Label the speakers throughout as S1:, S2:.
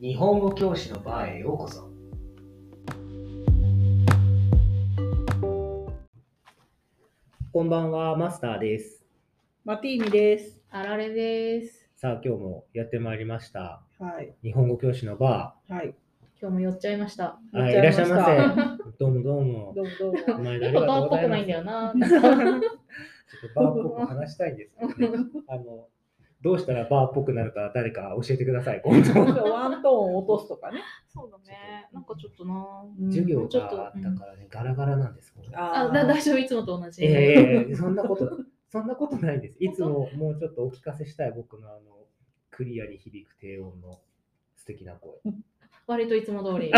S1: 日本語教師のバーへようこそ
S2: こんばんは、マスターです。
S3: マティーニです。
S4: あられです。
S2: さあ、今日もやってまいりました。
S3: はい。
S2: 日本語教師のバ
S3: はい。
S4: 今日も寄っちゃいました。
S2: ー。あ
S3: やっ
S2: い
S3: ちゃ
S2: ら
S3: い
S2: っ
S3: ま
S2: しゃい
S3: し
S2: ま
S3: た
S2: せ。 どうもどうも。
S3: どうもどう
S2: お
S3: も。
S2: 前
S4: ち
S2: あり
S4: ょっ
S2: が
S4: と
S2: と
S4: バー
S2: うご
S4: っぽ
S2: ざいま
S4: くな
S2: す
S4: い んだよな。
S2: ちょっとバーっぽく話したいんですけどね。あのどうしたらバーっぽくなるか誰か教えてください。今
S3: ちょっ
S2: 度
S3: とワントーン落とすとかね。
S4: そうだね。なんかちょっとな。
S2: 授業
S4: もうちょっと
S2: があったからね、ガラガラなんです。これ
S4: あ、だ大丈夫、いつもと同じ。
S2: ええそんなこと、そんなことないです。いつももうちょっとお聞かせしたい僕のあのクリアに響く低音の素敵な声。
S4: 割といつも通り。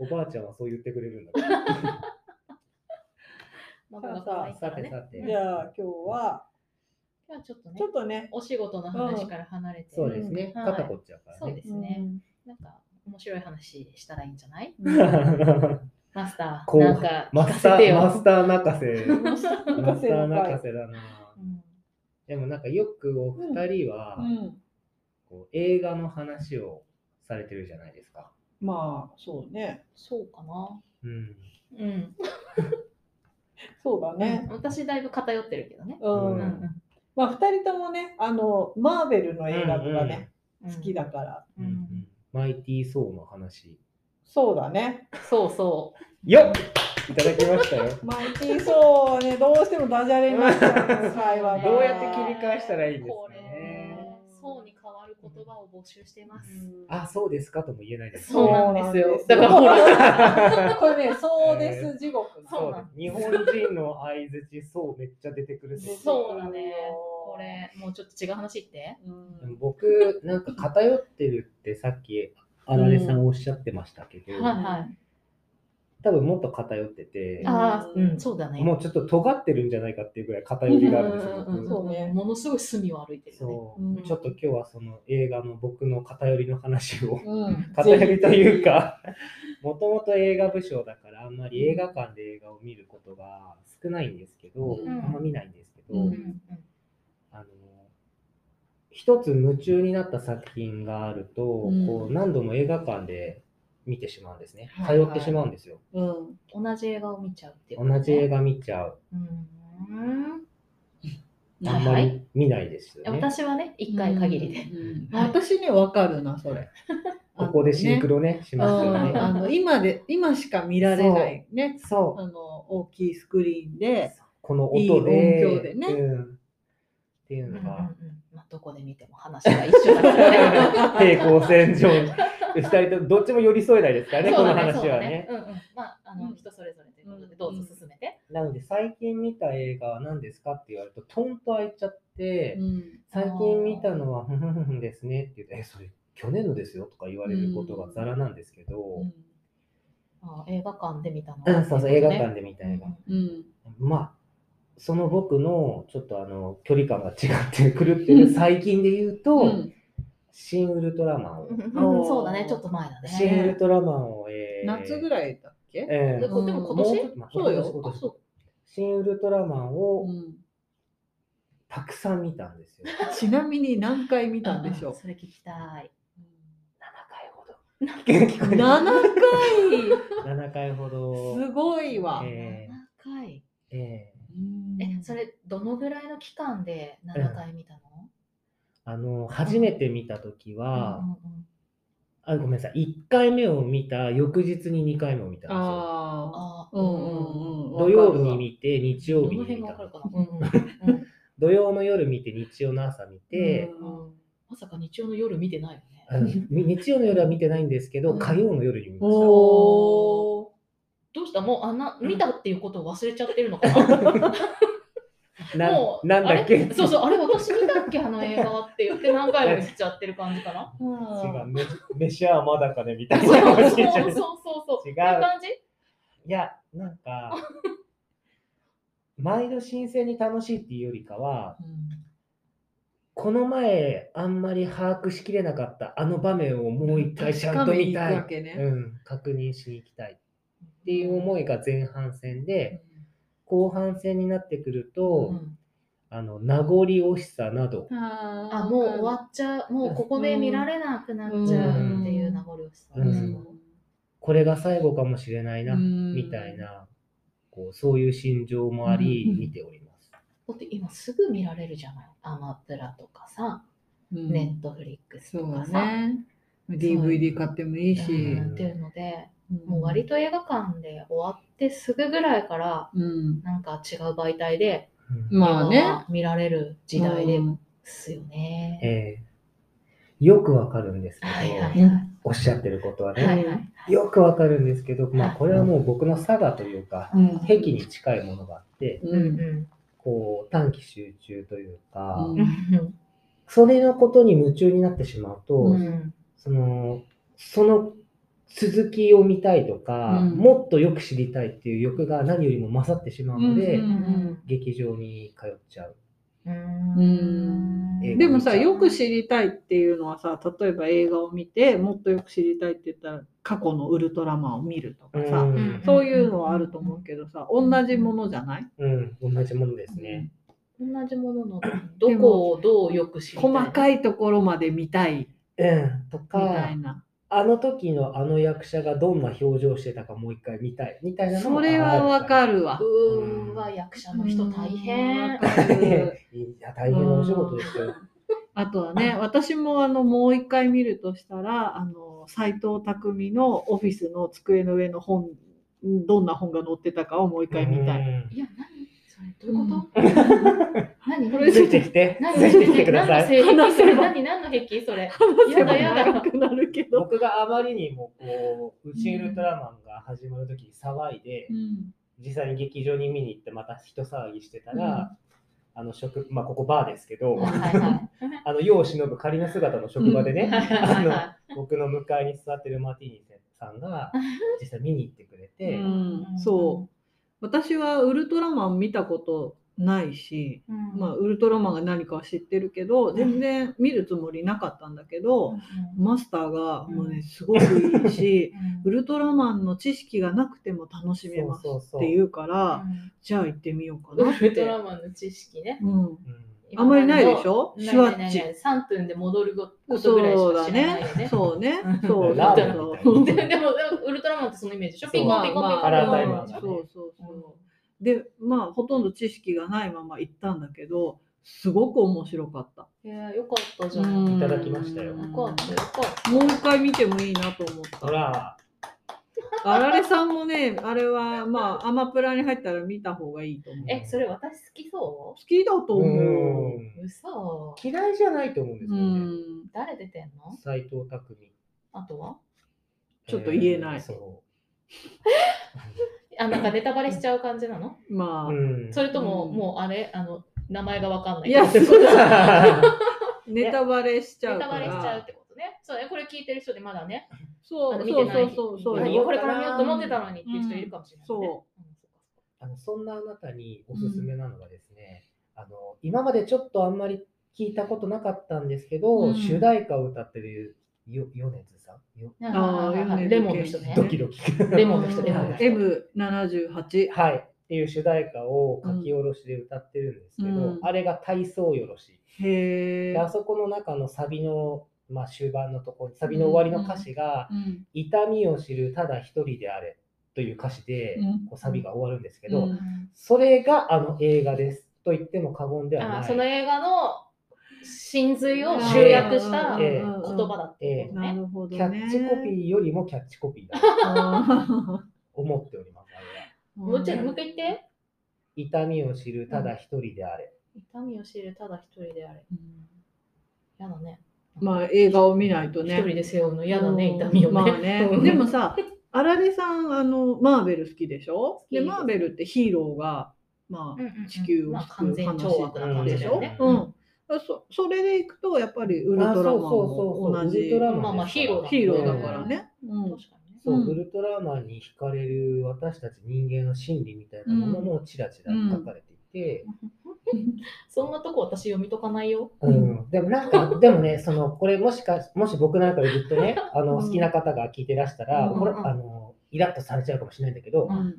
S2: おばあちゃんはそう言ってくれるんだけど。
S4: まだ可愛いか
S2: さ
S4: ら
S2: て
S4: ね。
S2: さて。
S3: じゃあ今日は、
S4: 今日はちょっとね
S3: ちょ、っとね。
S4: お仕事の話から離れて。
S2: そうですね。
S4: はい
S2: 肩こっちゃうから
S4: そう
S2: ね
S4: で。すね。なんか面白い話したらいいんじゃない
S3: うん。 うん
S4: マスタ
S2: こ
S4: ー、
S2: う
S4: なん か
S2: マ
S4: 聞か
S2: スタ
S4: せて
S2: ー、マ
S4: よ。
S2: スター泣かせ。マスタ
S3: 泣かせ
S2: ー
S3: の
S2: 泣か
S3: 回。
S2: せだな
S4: う。ん
S2: でもなんかよくお二人は、
S3: うん。
S2: こう映画の話をされてるじゃないですか。
S3: まあ、そうね。
S4: そうかな。
S2: うん。
S4: うん。
S3: そうだね。
S4: 私、だいぶ偏ってるけどね。
S3: う。
S2: うん
S4: うん
S3: まあ、二人ともね、あの、マーベルの映画とかね、
S4: うん
S3: 好きだから。
S2: う
S4: うんん
S2: うん。マイティー・ソーの話。
S3: そうだね。
S4: そうそ
S2: よっいただきましたよ。
S3: マイティーソーね、どうしてもダジャレになっちゃうの、会 話が。
S2: どうやって切り替えしたらいいんです
S4: こ
S2: か
S4: れ
S2: ね。
S4: そうに変わる言葉を募集してます。
S2: あ、そうですかとも言えないです。
S4: そうなんですよ
S3: そうなん
S4: だ
S3: ですよ これね、そうです地獄なの。
S4: そうなん
S2: 日本人の相づち、そうめっちゃ出てくるし
S4: そうだね。これ、もうちょっと違う話言って。
S3: うん
S2: 僕、なんか偏ってるってさっき、あられさんおっしゃってましたけど、
S4: はいはい。
S2: 多分もっと偏ってて、
S4: ああ、うん、そうだね。
S2: もうちょっと尖ってるんじゃないかっていうぐらい偏りがあるんですよ
S4: うんうんうん
S2: 僕。
S3: そうね
S4: ものすごい隅を歩いてるよね。
S2: そう、
S3: うん
S2: ちょっと今日はその映画の僕の偏りの話 を。
S3: うん
S2: 偏りというか、もともと映画武将だから、あんまり映画館で映画を見ることが少ないんですけど、
S3: うん
S2: あんま見ないんですけど、
S3: うん
S4: うんうん
S2: あの一つ夢中になった作品があると、
S3: ん
S2: こう何度も映画館で見てしまうんですね。
S4: はい
S2: 通
S4: はい
S2: ってしまうんですよ。
S3: うん
S4: 同じ映画を見ちゃうっていう、
S2: 同じ映。画見ちゃう。
S4: うん。
S2: あ
S4: はい
S2: んま
S4: はい。
S2: り見ないですよね。
S4: 私はね、一回限りで。
S3: うん
S4: はい
S3: 私ねわかるなそれ
S2: ここでシンクロね、し
S3: あ
S2: ます
S3: の
S2: よ
S3: ねうんあ
S2: ね。
S3: の今で今しか見られないね
S2: そう。
S3: あの大きいスクリーンで
S2: この音で。
S3: いい音響でね
S2: うんっていう
S4: うんう
S2: の
S4: んう
S2: が、
S4: んまあ、どこで見ても話が一緒だから ね。
S2: 平行線上に。二人ともどっちも寄り添えないですからね、こ
S4: そう
S2: の
S4: だね
S2: 話はね。
S4: そうだうんうんまあ、あの、人それぞれということで、どうぞ進めて。
S2: なので、最近見た映画は何ですかって言われると、トンと開いちゃって、
S3: うん
S2: 最近見たのは、ふんふんふんですねって言って、え、それ、去年のですよとか言われることがざらなんですけど、うん
S4: あ映画館で見たの。
S2: そうそう、映画館で見た映画。
S3: うん
S2: まあ、その僕のちょっとあの距離感が違って狂ってる最近で言うと、
S3: うん
S2: シン・ウルトラマンを、
S4: うんそうだね、ちょっと前だ
S2: シン・ウル
S4: ね。
S2: トラマンを、えー
S3: 夏ぐらいだっけ
S2: え
S4: で
S2: ー
S4: こでも今年
S2: もうちょっと
S3: そ
S2: 今年今
S3: うよ
S2: 年
S3: あそ
S2: シン・ウルトラマン
S3: う
S2: を
S3: うん
S2: たくさん見たんですよ。7
S3: ちなみに何回見たんでしょ
S4: それ聞きたい。
S2: 回ほど。聞
S3: う
S2: こえ
S3: 7回
S2: た7回ほど。
S3: すごいわ
S2: えー
S4: 7回。
S2: えー
S4: え、それ、どのぐらいの期間で7回見たの
S2: あの初めて見た時
S4: うん
S2: は、
S4: うんうん
S2: あごめんなさい1回目を見た翌日に2回目を見たんですよ。
S3: あ
S4: あ
S3: あうんうんうん
S2: 土曜日に見て日曜
S4: どの
S2: 日に
S4: 辺
S2: 見
S4: が
S2: た
S4: わかるかな。うんうんうん
S2: 土曜の夜見て日曜の朝見て、
S3: うん
S4: まさか日曜の夜見てないよ
S2: あ
S4: ね。
S2: の日曜の夜は見てないんですけど、
S4: うん
S2: 火曜の夜に見まし
S3: おお
S4: どうしたもうあんな見たっていうことを忘れちゃってるのかな。
S2: た。な
S4: もう
S2: なんだっけ
S4: あれそうそう、あれ私見たっけあの映画はって言って何回も見ちゃってる感じ かな。
S2: 違うめ飯はまだかねみたい
S4: そう
S2: な
S4: そう
S2: 感
S4: そう
S2: じになっちゃ
S4: そう
S2: う
S4: そう。
S2: 違う
S4: っていう感じ
S2: いやなんか毎度新鮮に楽しいっていうよりかはこの前あんまり把握しきれなかったあの場面をもう一回ちゃんと見たい、
S3: 確かめに行くわけね
S2: うん、確認しに行きたいっていう思いが前半戦で後半戦になってくると、
S4: うん
S2: あの名残惜しさなど、
S3: あ
S4: あ、もう終わっちゃう、もうここで見られなくなっちゃうっていう名残惜しさ
S2: う
S4: で
S2: ん
S4: す
S2: これが最後かもしれないな、み
S3: み
S2: たい。な、こうそういう心情もあり、
S3: うん
S2: 見ております。
S4: だって今すぐ見られるじゃない。アマプラとかさ、
S3: うん
S4: ネットフリックス
S3: そ
S4: とか
S3: う
S4: さ。
S3: ね。DVD 買ってもいいし
S4: う。んっていうので、もう割と映画館で終わってすぐぐらいから、
S3: うん。
S4: なんか違う媒体で
S2: うん
S3: まあ
S4: 映画
S3: ね。
S4: が見られる時代で
S3: うん
S4: すよね。
S2: ええよくわかるんですけど、
S4: はいはい
S3: うん
S4: は
S2: おっしゃってることはね、
S4: い。はいはい
S2: よくわかるんですけど、ま
S4: は
S2: あ、
S4: い
S2: これはもう僕の差がというか、
S3: うん
S2: 癖に近いものがあって、
S4: う
S3: うんん。
S2: こう短期集中というか、
S3: う
S4: うんうん
S2: それのことに夢中になってしまうと、
S3: う
S4: うん
S2: そのその続きを見たいとか、
S3: うん
S2: もっとよく知りたいっていう欲が何よりも勝ってしまうので、
S3: うんうん
S2: 劇場に通っちゃう。
S4: うん
S2: うん
S3: でもさ、よく知りたいっていうのはさ、例えば映画を見て、もっとよく知りたいって言ったら、過去のウルトラマンを見るとかさ、
S2: うん
S3: そういうのはあると思うけどさ、同じものじゃない
S2: うん、同じものですね。
S4: 同じもののどこをどうよく知りたい
S3: 細かいところまで見たい
S2: うん、と
S3: みたい
S2: か、
S3: な。
S2: あの時のあの役者がどんな表情してたかもう一回見たいみたいなのも
S3: それはわか
S2: る。
S3: るわ。
S4: うーわ役者の人大
S3: うんわ
S4: 変。
S3: かる
S2: いや、大変なお仕事ですよ。
S3: あとはね、私もあのもう一回見るとしたら、あの斎藤匠のオフィスの机の上の本、どんな本が載ってたかをもう一回見たい。
S2: い。
S4: いや何それどういうこと？何
S3: こ
S4: こ
S3: れ
S4: れ
S2: ついてきて、
S4: 何
S2: ついてきてください。
S4: 何の
S3: 話せ
S4: 性癖
S3: ば
S4: 何何の癖それ？
S3: 話
S4: やだやだ
S3: 長くなるけど。
S2: 僕があまりにもこう、ウシウルトラマンが始まる時に騒いで、
S3: うん
S2: 実際に劇場に見に行ってまた人騒ぎしてたら、あの職まあここバーですけど、
S4: はいはいはい
S2: あの世を忍ぶ仮の姿の職場でね、
S4: はいはいは
S2: 僕の向かいに座ってるマーティーニさんが実際見に行ってくれて、
S3: う
S2: うん
S3: んそう私はウルトラマン見たことないし、
S4: い。うん
S3: まあ、ウルトラマンが何かは知ってるけど全然見るつもりなかったんだけど、マスターがもうねすごくいいし、ウルトラマンの知識がなくても楽しめます
S2: そうそうそう
S3: っていうから
S4: うん
S3: じゃあ行ってみようか
S4: ウ
S3: なっ
S4: ルト
S3: て、
S4: ラマンの知識ね。
S3: うん、あんまりないでしょ
S4: ょ？
S3: シ
S4: シ
S3: ュ
S4: ュワ
S3: ワ
S4: ッ
S3: ッ
S4: チ。
S3: チ
S4: 3分で戻ることぐらい
S3: そうだ
S4: しか知らないよ
S3: ね
S4: ね。
S3: そうねそう
S2: ラ
S4: ーメン
S2: みたいな
S3: そう
S4: ででもでもウルトラマンってそのイメージでしょ
S2: そう
S4: ピン
S3: ま
S4: ポ
S3: あ
S4: ンピンポン
S3: ま
S4: ピン
S3: あ
S4: ポン
S2: カラータイ
S4: ピン
S2: ム
S4: ポン
S2: だね
S3: そうそうそう。でまあほとんど知識がないまま行ったんだけどすごく面白かった。
S4: いやよかったじゃん。
S3: い
S2: いただきましたよ
S4: よかったよかった。
S3: もう一回見てもいいなと思っ
S2: ほ
S3: た。
S2: ら、
S3: あられさんもねあれはまあアマプラに入ったら見た方がいいと思う。
S4: え、それ私好きそ
S3: 好きだと思う。
S2: う
S4: う
S2: ん
S4: 嘘
S2: 嫌いじゃないと思うんですよ
S3: う
S2: ね。
S3: ん。
S4: 誰出てんの
S2: 斎藤匠。
S4: あとは
S3: ちょっと言えない
S2: ーそ
S4: あ、なんかネタバレしちゃう感じなの
S3: まあ、
S2: う。うん
S4: それとも、
S3: うん
S4: もうあれあの、名前がわかんない。
S3: いや
S4: ネ
S3: そう
S2: は
S3: ネタバレしちゃう
S4: タ
S3: か
S4: バレしちゃうっ
S3: ら。
S4: てことね。そうね、これ聞いてる人でまだね、
S3: そ
S4: あの
S3: う
S4: 見
S3: そ
S4: て
S3: う
S4: ない。
S3: そうそう
S2: 見てない
S4: あこれから見ようと思ってたのにっていう人いるかもしれない、ね
S3: うんそ
S2: あのそんなあなたにおすすめなのがですね、あの今までちょっとあんまり聞いたことなかったんですけど、
S3: うん
S2: 主題歌を歌ってるよ米津さんよ
S4: うんあ
S3: あー
S4: ーレモンの人ね。
S2: ドキドキ
S4: レモンの人、レモンの人。
S3: M78。
S2: はいっていう主題歌を書き下ろしで歌ってるんですけど、
S3: うん
S2: あれが体操よろし、で
S3: へえ
S2: あ。そこの中のサビの、まあ、終盤のところサビの終わりの歌詞が
S3: うん
S2: 「痛みを知るただ一人であれ」という歌詞で、
S3: うん
S2: こうサビが終わるんですけど、
S3: うん
S2: それがあの映画ですと言っても過言では
S4: あ
S2: ない。
S4: ーその映画の真髄を
S2: ん
S4: 集約した
S2: ええ
S4: 言葉だっていうこと
S3: な
S4: ね。
S3: るほど
S2: キ
S3: ね。
S2: ャッチコピーよりもキャッチコピーだと
S3: あ
S2: 思っております。あれは
S3: ー。
S4: もうちょい、もう一回言って。
S2: 痛みを知るただ一人であれ。
S4: 痛みを知るただ一人であれ。
S3: うん
S4: やだね。
S3: まあ映画を見ないと
S4: 一
S3: ね。
S4: 人で背負うの嫌だね、
S3: うん
S4: 痛みをね。
S3: まあね
S4: う。ん
S3: でもさ、あられさん、あの、マーベル好きでしょ
S4: きで
S3: で、
S4: す
S3: マーベルってヒーローが、ま
S4: うんうんうん
S3: あ、地球を
S4: まあ
S3: 救
S4: 完
S3: う
S4: 全
S3: 話
S4: 懲悪な感
S3: で
S4: じだ
S3: し
S4: よ
S3: ょ
S4: ね。
S3: うん。そそれでいくと、やっぱりウルトラマンも同
S2: ウル
S3: じ
S2: トラマン
S4: まあまあヒーローだもんね
S3: ヒーローだからね。うん
S4: 確かにね。
S2: そう、
S3: うん
S2: ウルトラマンに惹かれる私たち人間の心理みたいなものもちらちら書かれていて、
S4: そんなとこ私読み解かないよ。
S2: うんでもなんか、でもね、そのこれもしかもし僕なんかでずっとね、あの
S3: うん
S2: 好きな方が聞いてらしたら、
S4: うん
S2: これあのイラッとされちゃうかもしれないんだけど、
S3: うん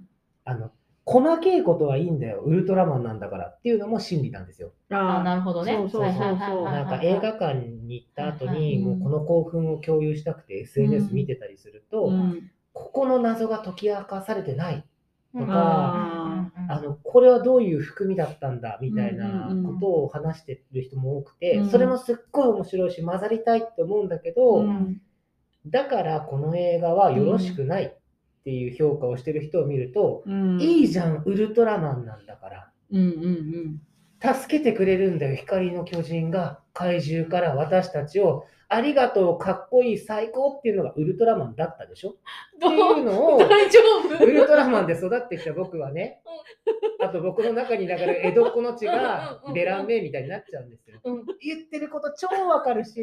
S2: あの細けいことはいいんだよウルトラマンなんだからっていうのも真理なんですよ
S4: あな
S3: あ
S4: るほどね。
S3: そうそうそうそう
S4: はいはいはいはい
S2: なんか映画館に行った後に
S3: はいは
S2: も
S3: いう
S2: この興奮を共有したくて SNS 見てたりすると、
S3: ーうん
S2: ここの謎が解き明かされてない
S4: うん
S2: と
S3: か
S4: うんうんうん
S2: あのこれはどういう含みだったんだみたいな
S3: うんうんうん
S2: ことを話してる人も多くて、
S3: うん
S2: それもすっごい面白いし混ざりたいって思うんだけど、
S3: うん
S2: だからこの映画はよろしくないっていう評価をしてる人を見ると、
S3: うん
S2: いいじゃんウルトラマンなんだから
S3: うんうん
S2: 助けてくれるんだよ光の巨人が怪獣から私たちをありがとうかっこいい最高っていうのがウルトラマンだったでしょっていうのを
S4: 大丈夫
S2: ウルトラマンで育ってきた僕はね、あと僕の中にだから江戸っ子の血がベランメみたいになっちゃうんですよ。
S4: うん
S2: 言ってること超わかるし、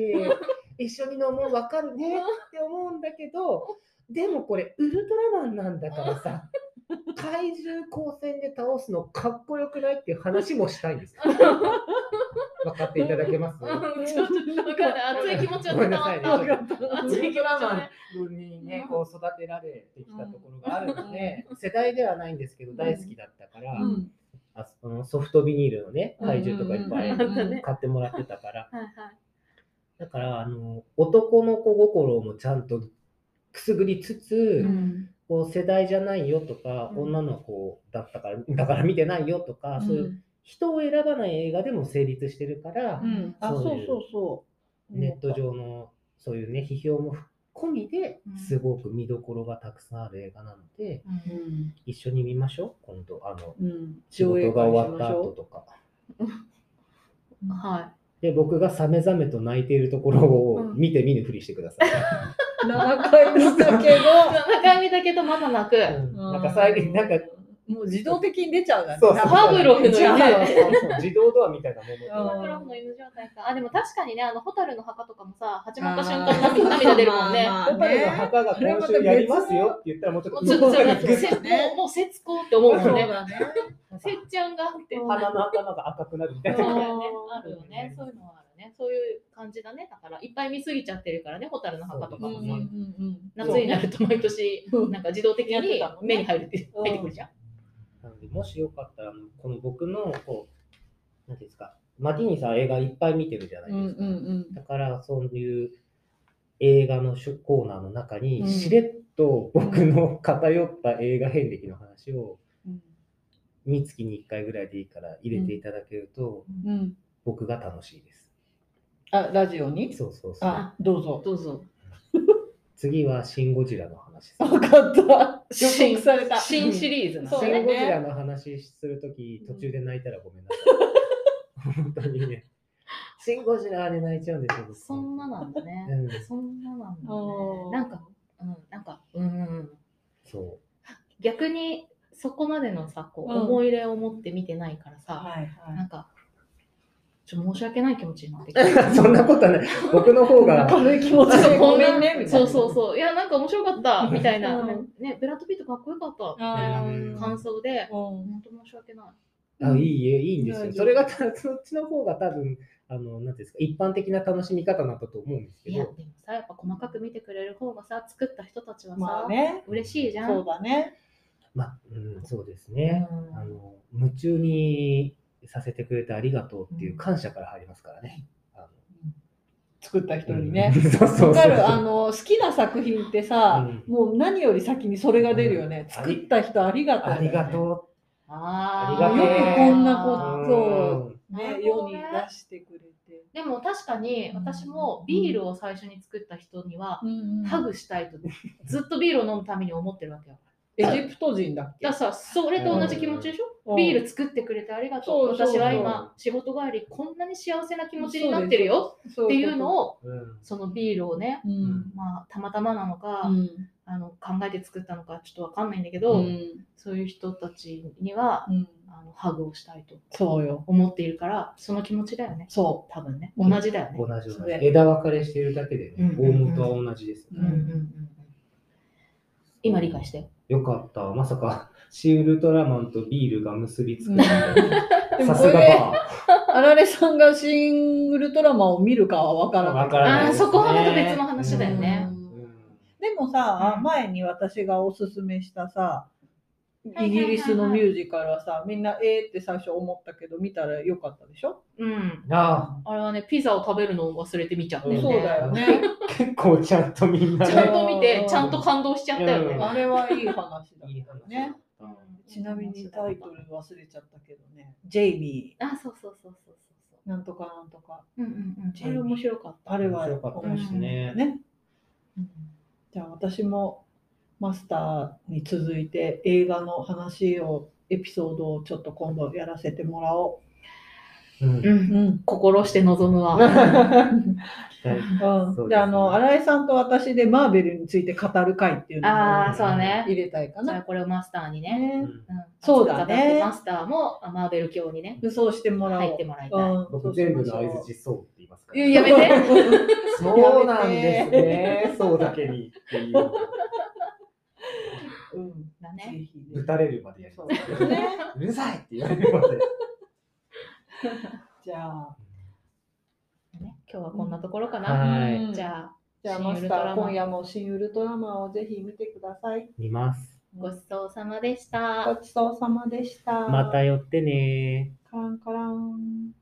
S2: 一緒に飲もうわかるねって思うんだけど、でもこれウルトラマンなんだからさ、怪獣光線で倒すのかっこよくないっていう話もしたいんです。 分かっていただけます
S4: うんちょっと分かんない熱い気持ちは
S2: ごめん
S4: 伝
S2: な
S4: わ
S2: さ
S4: っ
S2: い
S4: た。
S2: ね。ウ
S4: 熱い気持
S2: ル
S4: ち
S2: トラ
S4: は
S2: マ
S4: ね。
S2: ンにね、こう育てられてきたところがあるので、世代ではないんですけど大好きだったから、
S3: うんうん
S2: あそのソフトビニールのね怪獣とかいっぱ
S4: うんうん
S2: い
S4: うんあったね
S2: 買ってもらってたから、
S4: はいはい。
S2: だからあの男の子心もちゃんとくすぐりつつ、
S4: ん
S2: こう世代じゃないよとか、
S4: うん
S2: 女の子だったからだから見てないよとか、そういう人を選ばない映画でも成立してるから、
S4: うん
S3: あそう
S2: そういう
S3: そうそう
S2: ネット上のそういうね批評も込みで
S4: うん
S2: すごく見どころがたくさんある映画なので、
S3: うん
S2: 一緒に見ましょう今度あの
S3: うん
S2: 仕事が終わった
S3: 上映会しましょ
S2: 後
S3: う
S2: とか。
S4: は
S2: で、僕がさめざめと泣いているところを見て見ぬふりしてください。
S3: 7回見たけ
S4: い。
S3: ど、
S4: 7回見たけどまだ泣く。
S2: うん なんか最近、なんか、
S3: もう自動的に出ちゃうだね。
S2: そうそう
S4: パブロフの
S2: そうそ
S4: 犬。
S2: う自動ドアみたいなもの
S4: パブロフの犬状態か。あ、でも確かにね、あの、ホタルの墓とかもさ、始まった瞬間涙涙出るもんね。
S3: まあ
S2: と。ホ
S3: まあ
S2: タルの
S3: ね
S2: 墓が今週やりますよって言ったらもうちょ
S4: も
S2: っ
S4: う
S2: と、
S4: ちょっと、ちょっと
S2: グッ
S4: せも
S3: そうね
S4: う、もう、節子って思う
S3: そ
S4: よ
S3: う
S4: ね。
S3: だね。
S4: せっちゃんがって。そうだ
S2: 鼻の頭が赤くなるみたい
S4: よ
S2: な。
S4: ね。あるよね。そういうのはあるね。そういう感じだね。だから、いっぱい見すぎちゃってるからね、ホタルの墓とか
S3: う
S4: も
S3: んう
S4: ね。
S3: んうん
S4: 夏になると毎年、
S3: うん
S4: なんか自動的
S3: やって
S4: に
S3: たもんね
S4: 目に入るって入ってくるじゃん。
S2: なので、もしよかったら、あのこの僕の、こう、なんていうんですか、マティーニさん映画いっぱい見てるじゃな
S3: う
S2: い
S3: ん
S2: で
S3: う
S2: すか。
S3: ん
S2: だから、そういう映画の主コーナーの中に、
S3: うん
S2: しれっと僕の偏った映画遍歴の話を、
S3: うん
S2: 三月に1回ぐらいでいいから入れていただけると、
S3: うん。
S2: 僕が楽しいです。
S3: あ、ラジオに
S2: そうそうそう。
S3: あ、どうぞ。
S4: どうぞ。
S2: 次はシン・ゴジラの話です。
S3: 分かった。予
S4: 新
S3: 告された。
S4: 新シリーズ な
S3: そ
S4: の
S3: う
S2: シ
S3: だね
S2: ン・
S4: ね。
S2: ゴジラの話するとき、途中で泣いたらごめんなさい。 本当にね。シン・ゴジラで泣いちゃうんですよ。僕
S4: そんななんだ
S2: う
S4: ね。
S2: ん、
S4: そんななんだ
S3: あ
S4: ね。
S3: ー
S4: なんか、うん、なんか、うん。
S2: そ
S4: 逆にそこまでのさ、こう、
S3: うん
S4: 思い入れを持って見てないからさ、
S3: はいは。
S4: ないんか、ちょっと申し訳ない気持ちになってき
S2: う。 そんなことはない。僕の方が。
S3: 軽い気持ちで
S4: ご
S3: ご
S4: め
S3: め
S4: ん
S3: ん
S4: ね
S3: ね、みたい
S4: そ
S3: な。
S4: うそうそう。いや、なんか面白かった、みたいな。
S3: うん
S4: ね、ブラッド・ピットかっこよかった、みたい
S3: あ
S4: な
S3: ー
S4: 感想で、
S3: うん
S4: 本当申し訳ない。
S2: あいいえ、いいんですよ。
S3: 大丈夫
S2: それがた、そっちの方が多分、あの、なんていうんですか、一般的な楽しみ方なんだと思うんですけ
S4: いや、
S2: ど、
S4: でもさ、やっぱ細かく見てくれる方がさ、作った人たちはさ、
S3: まあね。
S4: 嬉しいじゃん。
S3: そうだね。
S2: まあ、うん、そうです
S4: う
S2: ね。
S4: ん
S2: あの夢中にさせてくれてありがとうっていう感謝から入りますからね。あの
S3: 作った人にね。。
S2: うん そうそうそう
S3: わかるあの好きな作品ってさ、
S2: う
S3: もう何より先にそれが出るよね、
S2: うん
S3: 作った人ありがとう、
S2: ありがと
S4: あ
S2: ありがてえよくこ
S3: んな
S2: う。
S3: こそう
S4: な
S3: ね
S4: るほ
S3: 世
S4: ど
S3: に
S4: ね
S3: 出してくれて、
S4: でも確かに私もビールを最初に作った人には、ハグしたいとずっとビールを飲むために思ってるわけよ。
S3: エジプト人だっけ
S4: だからさ、それと同じ気持ちでしょ、
S3: うん
S4: ビール作ってくれてありがとう。
S3: そうそうそう
S4: 私は今、仕事帰り、こんなに幸せな気持ちになってるよ
S3: そ
S4: っ
S3: う
S4: て
S3: です
S4: いうのを、
S2: う。うん
S4: そのビールをね、
S3: そういうこ
S4: まあ、たまたまなのか、
S3: とうん
S4: あの考えて作ったのか、ちょっとわかんないんだけ
S3: う
S4: ど、
S3: んうん
S4: そういう人たちには
S3: うん
S4: あの、ハグをしたいと
S3: そうよ
S4: 思っているから、その気持ちだよね。
S3: そ
S4: 多分ね。同
S3: うん
S4: じだよね。
S2: 同じ
S3: そ
S2: 同じ
S3: れ
S2: 枝分かれしているだけでね、
S4: うんうんうん
S2: 大元は同じです、
S3: う
S4: うんうんうんうん今理解してよ。
S2: よかった。まさか、シウルトラマンとビールが結びつく
S3: う
S2: なんて。
S3: で も
S2: さ
S3: こ
S2: すが
S3: れ
S2: バ
S3: あられさんがシン・ウルトラマンを見るかは分から
S2: ー。
S3: ない
S2: わからない
S4: ああー、
S2: ですね
S4: そこはまた別の話だよね。
S3: う
S2: うんん
S3: でもさ、
S4: うん
S3: 前に私がおすすめしたさ
S4: はい
S3: イギリスのミュージカルはさみんなえーって最初思ったけど見たらよかったでしょ、
S4: うん。
S2: なあ
S4: あれはね、ピザを食べるのを忘れて見ちゃったよね。
S3: そうだよね
S2: 結構ちゃんとみんな
S4: ち
S2: ね
S4: ゃんと見て、ちゃんと感動しちゃったよ
S2: うん
S4: ね。
S3: あれはいい話だよね
S2: うん
S3: ちなみにタイトル忘れちゃったけどねジェイミ
S4: あ、そうそうそうそうそうそう。
S3: ーなんとかなんとか
S4: うんうんうん。
S3: あれ面白かったあれは
S2: 面白かったですね
S3: ねじゃあ私もマスターに続いて映画の話をエピソードをちょっと今度やらせてもらお
S2: うん
S4: う
S3: う。
S4: ん。
S3: ん。
S4: 心して望むわ。
S3: うん、であの新井さんと私でマーベルについて語る会っていうのを
S4: ああ、そうね。
S3: 入れたいか
S4: じゃあ
S3: な。
S4: これをマスターにね。
S3: ね
S4: ん
S3: そうだね
S4: 熱く語ってマスターもあマーベル教にね、
S3: そうしてもら
S4: 入
S3: お
S4: って
S3: う。
S4: もらいたい。
S3: うん
S2: 僕全部の相づちそうって言いますから
S4: いややめて。
S2: そうなんですねそうだけにっていう
S3: うん。
S4: だ
S3: ぜ
S4: ね。
S3: ひ
S2: ぶたれるまでやり
S3: そ
S2: ま
S3: う
S2: す
S3: で
S2: け
S3: す
S2: ど
S3: ね。
S2: うるさいって言われるまで
S3: じゃあ、
S4: ね今日はこんなところかな。
S2: はい
S3: うん
S4: じゃあ、
S3: じゃあ
S4: シンウ
S3: マ
S4: ル
S3: ス
S4: ト
S3: タ
S4: ラマン
S3: ー、今夜も新ウルトラマンをぜひ見てください。
S1: 見ます。
S4: ごちそうさまでした。
S3: ごちそうさまでした。
S1: また寄ってねー。
S3: カランカラン。